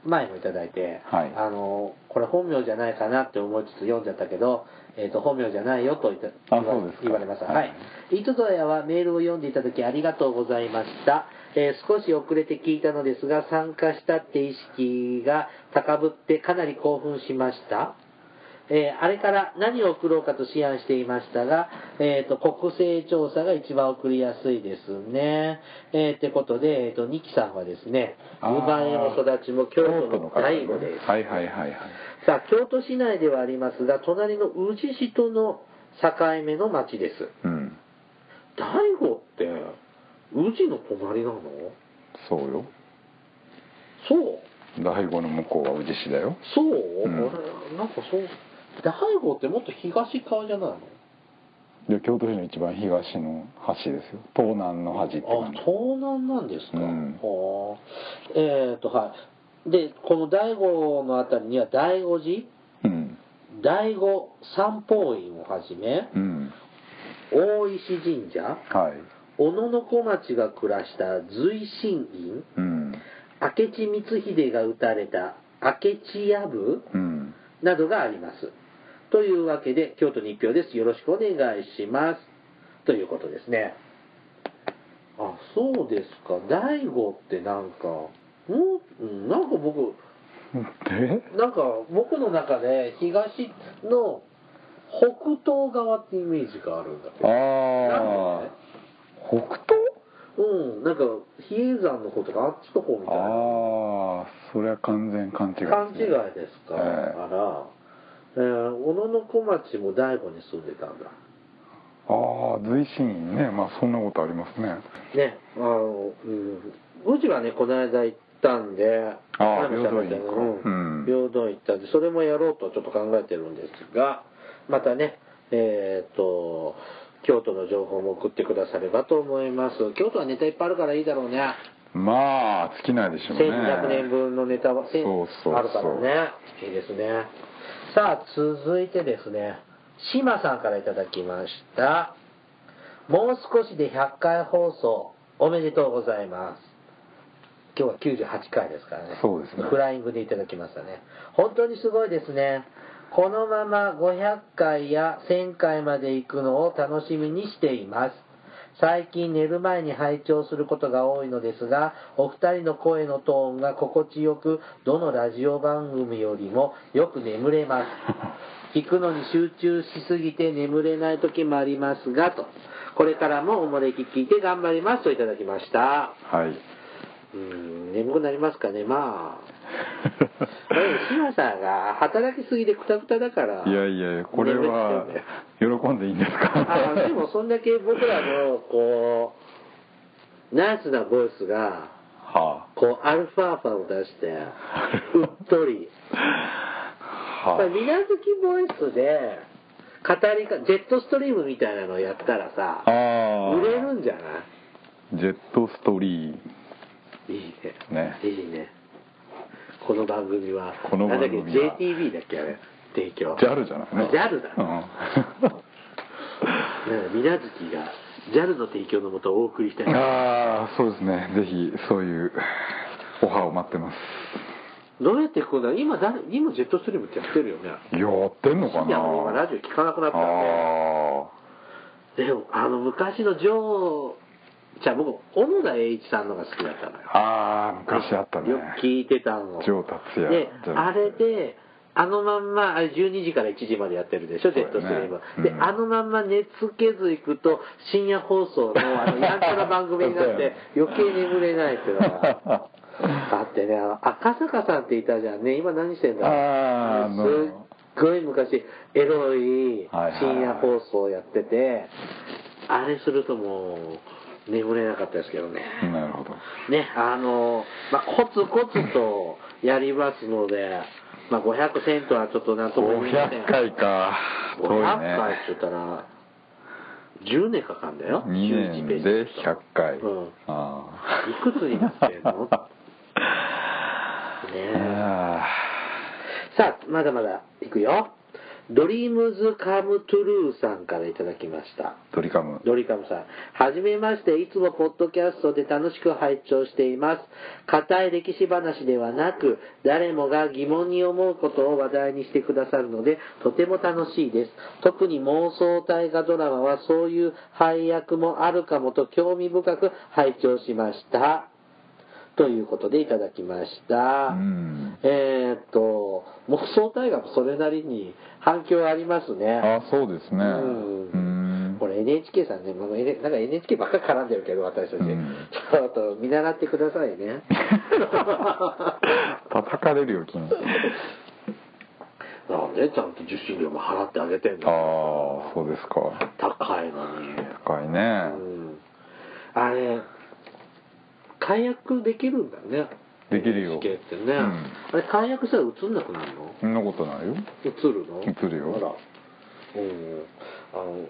Speaker 1: 前もいただいて、
Speaker 2: はい
Speaker 1: あのこれ本名じゃないかなって思いつつ読んじゃったけど、えー、と本名じゃないよと言った
Speaker 2: あ
Speaker 1: 言わ
Speaker 2: そうですか
Speaker 1: 言われました。
Speaker 2: はい
Speaker 1: はい。イートドアヤはメールを読んでいただきありがとうございました。えー少し遅れて聞いたのですが、参加したって意識が高ぶってかなり興奮しました。えーあれから何を送ろうかと思案していましたが、えー、と国勢調査が一番送りやすいですね。えー、ってことで、えー、と二木さんはですね、
Speaker 2: あー
Speaker 1: 生まれも育ちも京都の
Speaker 2: 方
Speaker 1: 醍醐です。
Speaker 2: はいはいはいはい
Speaker 1: さあ、京都市内ではありますが、隣の宇治市との境目の町です。
Speaker 2: うん
Speaker 1: 醍醐って、宇治の隣なの
Speaker 2: そうよ
Speaker 1: そう
Speaker 2: 醍醐の向こうは宇治市だよ
Speaker 1: そう、
Speaker 2: うん
Speaker 1: 俺、なんかそう、醍醐ってもっと東側じゃないの
Speaker 2: で京都市の一番東の端ですよ東南の端って
Speaker 1: あ
Speaker 2: 感じ、
Speaker 1: 東南なんですか。
Speaker 2: うん
Speaker 1: はあえっ、と、はい。で、この醍醐のあたりには醍醐寺、
Speaker 2: うん
Speaker 1: 醍醐三宝院をはじめ、
Speaker 2: うん
Speaker 1: 大石神社、
Speaker 2: はい
Speaker 1: 小野小町が暮らした随神院、
Speaker 2: うん
Speaker 1: 明智光秀が撃たれた明智屋部
Speaker 2: うん
Speaker 1: などがあります。というわけで、京都日票です。よろしくお願いします。ということですね。あ、そうですか。大悟ってなんか、もううん、なんか僕、
Speaker 2: で
Speaker 1: なんか僕の中で東の北東側ってイメージがあるんだけど。なん
Speaker 2: あ
Speaker 1: でね
Speaker 2: あ北東
Speaker 1: うん、なんか、比叡山の方とかあっちの方みたいな。
Speaker 2: ああそれは完全勘違いですね
Speaker 1: 勘違いですか。
Speaker 2: ええ
Speaker 1: あら、えー小野の小町も大悟に住んでたんだ。
Speaker 2: ああ随身院ねまあそんなことありますね
Speaker 1: ね、あの、うん、宇治はね、この間行ったんで、
Speaker 2: あー
Speaker 1: 田辺さんみたいな
Speaker 2: 平等院か
Speaker 1: うん
Speaker 2: うん
Speaker 1: 平等院行ったんで、それもやろうとちょっと考えてるんですが、またね、えっ、と、京都の情報も送ってくださればと思います。京都はネタいっぱいあるからいいだろうね。
Speaker 2: まあ尽きないでしょうね
Speaker 1: 1200年分のネタは1000
Speaker 2: そうそうそう
Speaker 1: あるからねいいですねさあ続いてですね島さんからいただきましたもう少しで100回放送おめでとうございます今日は98回ですからね
Speaker 2: そうですね
Speaker 1: フライングでいただきましたね本当にすごいですねこのまま500回や1000回まで行くのを楽しみにしています最近寝る前に拝聴することが多いのですがお二人の声のトーンが心地よくどのラジオ番組よりもよく眠れます 聞くのに集中しすぎて眠れない時もありますがとこれからもおもれき聞いて頑張りますといただきました
Speaker 2: はい。
Speaker 1: うん眠くなりますかね、まあ。 まあでも志麻さんが働きすぎでくたくただから。
Speaker 2: いやいやいや、これは
Speaker 1: 眠れちゃ
Speaker 2: 喜んでいいんです
Speaker 1: うんだよあで
Speaker 2: か。
Speaker 1: もそんだけ僕らの、こう、ナイスなボイスが、
Speaker 2: は
Speaker 1: こう、アルファーファを出して、うっとり。
Speaker 2: あ。
Speaker 1: まあ、
Speaker 2: は
Speaker 1: 水無月ボイスで、語りか、ジェットストリームみたいなのやったら
Speaker 2: あ。
Speaker 1: さ、
Speaker 2: ああ。
Speaker 1: 売れるんじゃな
Speaker 2: ジェットストリーム。
Speaker 1: いいいね。
Speaker 2: ね
Speaker 1: いいね。この番組は、
Speaker 2: この番組は
Speaker 1: なんだっけ、JTB だっけ、あれ。提供。
Speaker 2: JAL じゃないね。
Speaker 1: あ JAL だ。
Speaker 2: う
Speaker 1: ね水無月が JAL の提供のもとお送りしたい
Speaker 2: ん。ああ、そうですね。ぜひそういうオファーを待ってます。
Speaker 1: どうやってこうだ今誰今ジェットストリームってやってるよね
Speaker 2: やってんの
Speaker 1: 深
Speaker 2: かな。
Speaker 1: 夜も今ラジオ聞かなくなったん
Speaker 2: あ
Speaker 1: ででもあの昔のジョーじゃあ僕小野田栄一さんのが好きだったのよ
Speaker 2: あ。ああ、昔あったね。
Speaker 1: よく聞いてたの
Speaker 2: ジョー達也
Speaker 1: で
Speaker 2: じゃ
Speaker 1: あ
Speaker 2: なくて
Speaker 1: れであのまんまあれ12時から1時までやってるでしょジェットストリームは、
Speaker 2: そうだ
Speaker 1: で、
Speaker 2: よねうん
Speaker 1: あのまんま寝つけず行くと深夜放送のあのやんちゃな番組になっ
Speaker 2: そうだよ
Speaker 1: て
Speaker 2: ね
Speaker 1: 余計眠れないっていうのがだってね、あの赤坂さんっていたじゃんね、今何してんだ
Speaker 2: あーあの
Speaker 1: すっごい昔、エロい
Speaker 2: はいはい
Speaker 1: 深夜放送をやってて、あれするともう、眠れなかったですけどね。
Speaker 2: なるほど。
Speaker 1: ね、あの、まあ、コツコツとやりますので、まあ、500セントはちょっとなんとも言えません。
Speaker 2: 500回か遠いね
Speaker 1: 500回って言ったら、10年かかんだよ。
Speaker 2: 2年
Speaker 1: 11ページ
Speaker 2: で100回、
Speaker 1: うん。
Speaker 2: ああ
Speaker 1: いくつになってん のねえ
Speaker 2: あ
Speaker 1: さあ、まだまだ行くよ。ドリームズカムトゥルーさんからいただきました。
Speaker 2: あドリカム
Speaker 1: ドリカムさん。はじめまして、いつもポッドキャストで楽しく拝聴しています。固い歴史話ではなく、誰もが疑問に思うことを話題にしてくださるので、とても楽しいです。特に妄想大河ドラマはそういう配役もあるかもと興味深く拝聴しました。ということでいただきました。
Speaker 2: うん
Speaker 1: えーっと、妄想大河もそれなりに反響ありますね。
Speaker 2: ああそうですね
Speaker 1: うん
Speaker 2: ん
Speaker 1: これ NHK さんね、もう N- なんか NHK ばっかり絡んでるけど、私たち。
Speaker 2: うん
Speaker 1: ちょっと見習ってください ね。
Speaker 2: 叩かれるよ君あ
Speaker 1: なんでちゃんと受信料も払ってあげてんの
Speaker 2: あそうですか
Speaker 1: 高いのに。
Speaker 2: 高いうね、
Speaker 1: ん。あれ、解約できるんだね。
Speaker 2: できるよ
Speaker 1: NHK ってね。
Speaker 2: うん
Speaker 1: あれ、解約したら映んなくなるの
Speaker 2: そんなことないよ
Speaker 1: 映るの
Speaker 2: 映るよ
Speaker 1: あらうんあのうん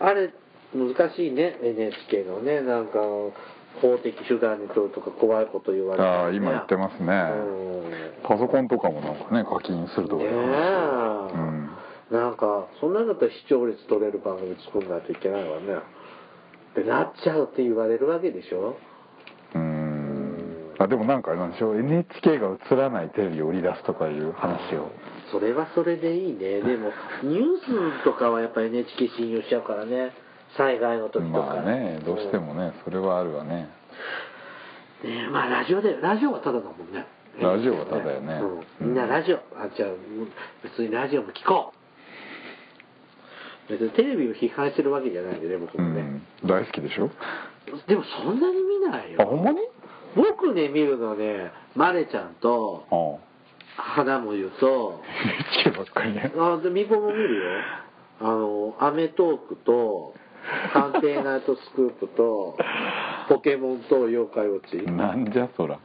Speaker 1: あれ難しいね NHK のねなんか法的手段に取るとか怖いこと言われたりね
Speaker 2: ああ今言ってます
Speaker 1: う
Speaker 2: ね
Speaker 1: ん
Speaker 2: パソコンとかもなんかね課金するとか
Speaker 1: ね
Speaker 2: やりますようん
Speaker 1: えなんかそんなんだったら視聴率取れる番組作んないといけないわねってなっちゃうって言われるわけでしょ
Speaker 2: う
Speaker 1: う
Speaker 2: ー
Speaker 1: ん
Speaker 2: ん、あでもなんかあれなんでしょう NHK が映らないテレビを売り出すとかいう話を
Speaker 1: それはそれでいい ね。でも、ニュースとかはやっぱ NHK 信用しちゃうからね。災害の時とか。
Speaker 2: まあねどうしてもねそれはあるわね
Speaker 1: うん。ねまあラジオで、ラジオはただだもんね。
Speaker 2: ラジオはタダよね
Speaker 1: うんみんなラジオ。あ、じゃあ、うん別にラジオも聞こう。別にテレビを批判してるわけじゃないんでね、僕
Speaker 2: う
Speaker 1: もね
Speaker 2: ん。大好きでしょ
Speaker 1: でもそんなに見ない
Speaker 2: あ
Speaker 1: よ。
Speaker 2: ほんまに
Speaker 1: 僕ね、見るのね、マレちゃんと、
Speaker 2: あ
Speaker 1: 花もゆと、
Speaker 2: あ NHK ばっかりね
Speaker 1: あでミコも見るよあの『アメトーーク』と『探偵ナイトスクープ』と『ポケモン』と『妖怪ウォッチ
Speaker 2: なんじゃそら』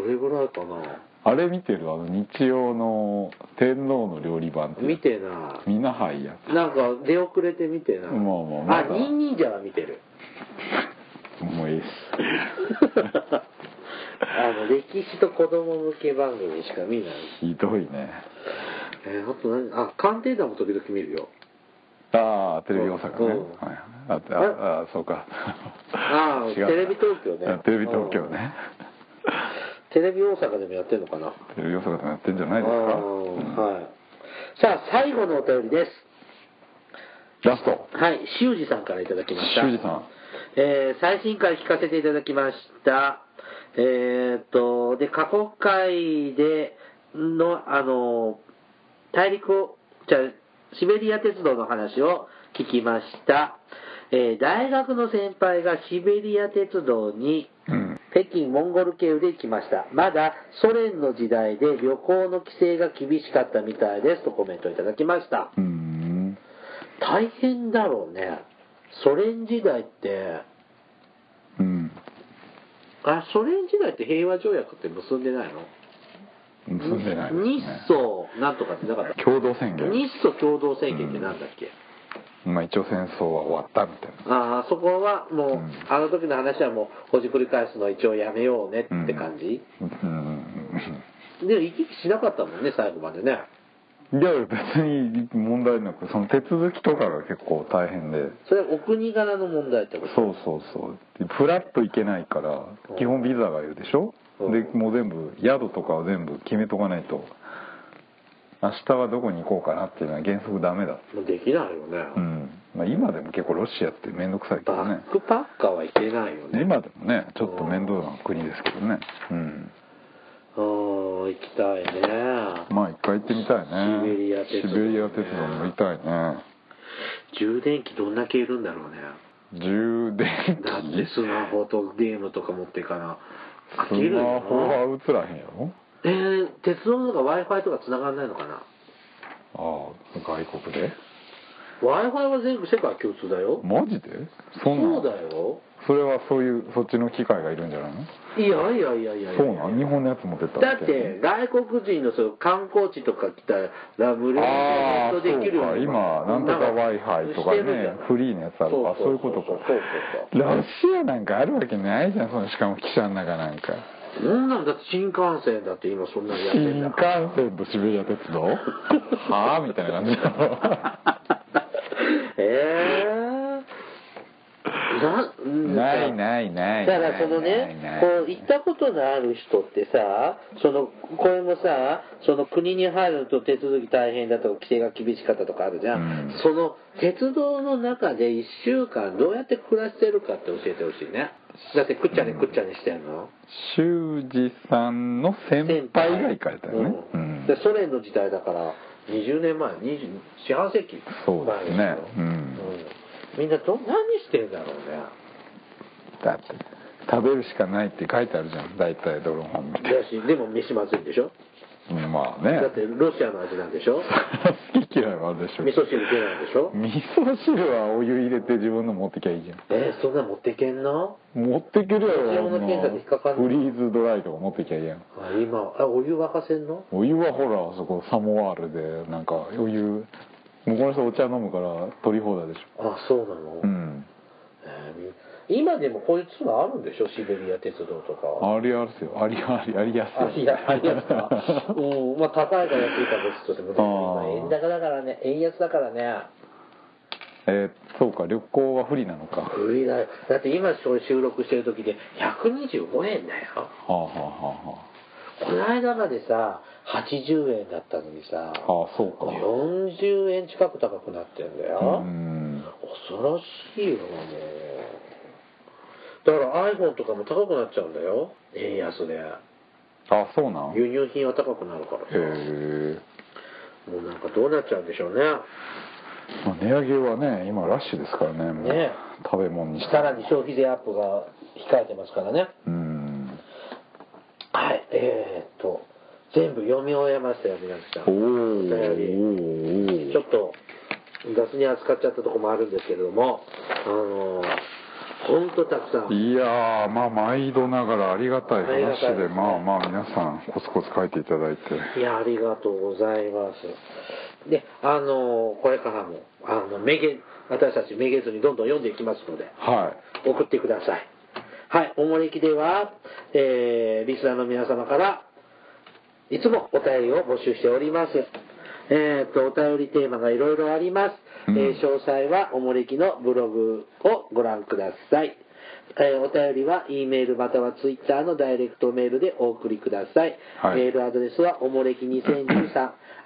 Speaker 1: それぐらいかな
Speaker 2: あれ見てるあの日曜の天皇の料理版って
Speaker 1: 見てな
Speaker 2: みなはいや
Speaker 1: なんか出遅れて見てな
Speaker 2: まあまあまだ
Speaker 1: あニンニンジャは見て る
Speaker 2: もういいっ
Speaker 1: あの歴史と子供向け番組しか見ない、
Speaker 2: すひどいね
Speaker 1: えーあと何あ鑑定団も時々見るよ
Speaker 2: ああテレビ大阪ね、
Speaker 1: うん
Speaker 2: はいはい、あああそうか
Speaker 1: ああ
Speaker 2: 違うな
Speaker 1: テレビ東京ね
Speaker 2: あテレビ東京ね
Speaker 1: テレビ大阪でもやってんのかな
Speaker 2: テレビ大阪でもやってんじゃないですか、うん
Speaker 1: あーはい。さあ、最後のお便りです。
Speaker 2: ラスト
Speaker 1: はい、修二さんからいただきました。
Speaker 2: 修二さん
Speaker 1: えー最新回聞かせていただきました。えーっと、で、過去回で、の、あの、大陸を、じゃあシベリア鉄道の話を聞きました。えー大学の先輩がシベリア鉄道に
Speaker 2: うん
Speaker 1: 北京モンゴル経由で行きました。まだソ連の時代で旅行の規制が厳しかったみたいですとコメントいただきました。
Speaker 2: うーん
Speaker 1: 大変だろうね。ソ連時代って、
Speaker 2: うん
Speaker 1: あ、ソ連時代って平和条約って結んでないの
Speaker 2: 結んでないです、
Speaker 1: 日
Speaker 2: ね、
Speaker 1: ソなんとかってなかった
Speaker 2: 共同宣言
Speaker 1: 日ソ共同宣言ってなんだっけ、
Speaker 2: まあ一応戦争は終わったみたいな
Speaker 1: あーそこはもう、
Speaker 2: うん
Speaker 1: あの時の話はもうほじくり返すのは一応やめようねって感じ、
Speaker 2: うん
Speaker 1: で行き来しなかったもんね最後までね
Speaker 2: いや別に問題なくその手続きとかが結構大変で
Speaker 1: それはお国柄の問題ってこと
Speaker 2: そうそうそうフラッと行けないから
Speaker 1: うん
Speaker 2: 基本ビザがいるでしょ
Speaker 1: うん
Speaker 2: でもう全部宿とかを全部決めとかないと明日はどこに行こうかなっていうのは原則ダメだ
Speaker 1: もうできないよね、
Speaker 2: うん、まあ、今でも結構ロシアって面倒くさいけど
Speaker 1: バ
Speaker 2: ね
Speaker 1: ックパッカーはいけないよね
Speaker 2: 今でもねちょっと面倒な国ですけどねうん
Speaker 1: うーん行きたいね
Speaker 2: まあ一回行ってみたいね
Speaker 1: シベリア鉄道ね
Speaker 2: シベリア鉄道乗りたいね
Speaker 1: 充電器どんだけいるんだろうね
Speaker 2: 充電器
Speaker 1: だってスマホとゲームとか持っていかな飽
Speaker 2: ス
Speaker 1: きるよ
Speaker 2: マ
Speaker 1: な
Speaker 2: ホは映らへんやろ
Speaker 1: えー、鉄道のとか w i f i とか繋がんないのかな
Speaker 2: ああ外国で
Speaker 1: w i f i は全部世界共通だよ
Speaker 2: マジでそん
Speaker 1: そう
Speaker 2: なん
Speaker 1: だよ
Speaker 2: それはそういうそっちの機械がいるんじゃないの
Speaker 1: いやいやいやいやいや
Speaker 2: そうなん日本のやつ持ってった
Speaker 1: だっ
Speaker 2: け
Speaker 1: て外国人のその観光地とか来たら無料で
Speaker 2: ああ
Speaker 1: ネット
Speaker 2: そう
Speaker 1: できるよ
Speaker 2: か
Speaker 1: うに
Speaker 2: 今なんとか w i f i とか
Speaker 1: してるじゃ
Speaker 2: ね
Speaker 1: ん
Speaker 2: フリーのやつあるからそういうことかロシアなんかあるわけないじゃんそのしかも汽車の中なんか
Speaker 1: そんなんだって新幹線だって今そんなんやってん
Speaker 2: 新
Speaker 1: だ
Speaker 2: 幹線とシベリア鉄道はあみたいな感じだろ
Speaker 1: ええなうん
Speaker 2: ないないない
Speaker 1: だからそのね
Speaker 2: ないない、
Speaker 1: こう行ったことのある人ってさ、そのこれもさ、その国に入ると手続き大変だとか規制が厳しかったとかあるじゃん。
Speaker 2: うん
Speaker 1: その鉄道の中で1週間どうやって暮らしてるかって教えてほしいね。だってくっちゃねくっちゃねしてんの。
Speaker 2: 修二さんの先輩が行かれたよね、
Speaker 1: う
Speaker 2: うんん
Speaker 1: でソ連の時代だから20年前、20四半世紀
Speaker 2: そうですね
Speaker 1: 前よ
Speaker 2: うん
Speaker 1: みんなど何してんだろうね。
Speaker 2: だって食べるしかないって書いてあるじゃん大体ドローンみたい
Speaker 1: だしでも飯まずいんでしょ。
Speaker 2: なまあね
Speaker 1: だってロシアの味なんでしょ。
Speaker 2: 好き嫌いはあるでしょ
Speaker 1: 味噌汁出ないでしょ
Speaker 2: 味噌汁はお湯入れて自分の持ってきゃいいじゃん
Speaker 1: えーそんなん持ってけんの
Speaker 2: 持ってけるや
Speaker 1: 自
Speaker 2: ろ
Speaker 1: 分の検査で引っかかんない
Speaker 2: フリーズドライとか持ってきゃいいやん
Speaker 1: あ今あお湯沸かせんの
Speaker 2: お湯はほらあそこサモワールでなんかお湯向こうの人お茶飲むから取り放題でし
Speaker 1: あそうなの、
Speaker 2: ょうん
Speaker 1: えーみ今でもこういうツアーあるんでしょシベリア鉄道とか
Speaker 2: ありあるっすよありありありやす
Speaker 1: あいやありやす かうんまあ高いから安いか別としてもね
Speaker 2: あー
Speaker 1: 今円高だからね円安だからね
Speaker 2: えーそうか旅行は不利なのかは
Speaker 1: 無理だよだって今それ収録してる時で125円だよ
Speaker 2: あはあは
Speaker 1: この間までさ80円だったのにさ
Speaker 2: あはああそうか
Speaker 1: 40円近く高くなってんだよ、
Speaker 2: うん
Speaker 1: 恐ろしいよねだから iPhone とかも高くなっちゃうんだよ円安で
Speaker 2: あそうなんへ
Speaker 1: 輸入品は高くなるからさ
Speaker 2: え、
Speaker 1: もうなんかどうなっちゃうんでしょうね
Speaker 2: まあ、値上げはね今ラッシュですからねもう
Speaker 1: ね
Speaker 2: 食べ物にして
Speaker 1: さらに消費税アップが控えてますからね
Speaker 2: うん
Speaker 1: はいえー、っと全部読み終えましたよ皆さん
Speaker 2: おお
Speaker 1: ちょっと雑に扱っちゃったとこもあるんですけれどもあのほんとたくさん
Speaker 2: いやーまあ毎度ながらありがたい
Speaker 1: ありが
Speaker 2: 話
Speaker 1: たい
Speaker 2: で
Speaker 1: ですね
Speaker 2: まあまあ皆さんコツコツ書いていただいて
Speaker 1: いや、ありがとうございます。で、あの、これからも、あの、めげ、私たちめげずにどんどん読んでいきますので、
Speaker 2: は
Speaker 1: 送ってください。はい、おもれきでは、えー、リスナーの皆様から、いつもお便りを募集しております。えっ、と、お便りテーマがいろいろあります。
Speaker 2: うん
Speaker 1: えー詳細はおもれきのブログをご覧ください。えーお便りは、E メールまたは Twitter のダイレクトメールでお送りください。
Speaker 2: はい
Speaker 1: メールアドレスは、おもれき2013、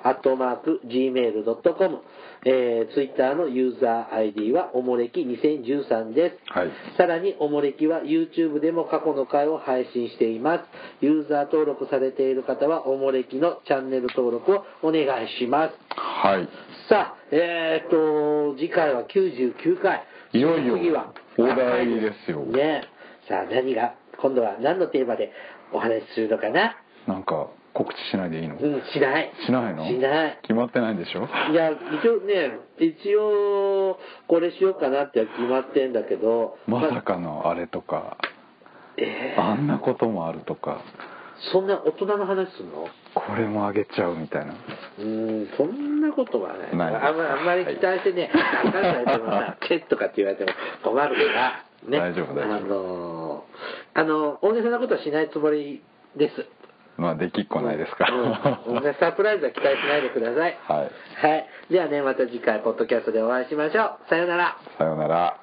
Speaker 1: アットマーク、gmail.com。えー、Twitter のユーザー ID は、おもれき2013です。
Speaker 2: はい
Speaker 1: さらに、おもれきは YouTube でも過去の回を配信しています。ユーザー登録されている方は、おもれきのチャンネル登録をお願いします。
Speaker 2: はい
Speaker 1: さあ、えーと、次回は99回。
Speaker 2: いよいよ
Speaker 1: 次は、
Speaker 2: 大台ですよ
Speaker 1: ねえさあ、何が、今度は何のテーマでお話しするのかな
Speaker 2: なんか告知しないでいいの
Speaker 1: うん、しない。
Speaker 2: しないの
Speaker 1: しない。
Speaker 2: 決まってないんでしょ
Speaker 1: いや、一応ね、一応、これしようかなっては決まってんだけど、
Speaker 2: まさ
Speaker 1: あ
Speaker 2: かのあれとか
Speaker 1: えー
Speaker 2: あんなこともあるとか
Speaker 1: そんな大人の話すんの
Speaker 2: これもあげちゃうみたいな
Speaker 1: うーん、そんなことはない。
Speaker 2: ない
Speaker 1: あんまあんまり期待してね、
Speaker 2: はい
Speaker 1: あかんないでもさ、チェッとかって言われても困るから、ね。
Speaker 2: 大丈夫大丈夫
Speaker 1: あのーあの、大げさなことはしないつもりです。
Speaker 2: まあできっこないですから、
Speaker 1: うんうんサプライズは期待しないでください。
Speaker 2: はい
Speaker 1: はい。ではね、また次回、ポッドキャストでお会いしましょう。さようなら。
Speaker 2: さようなら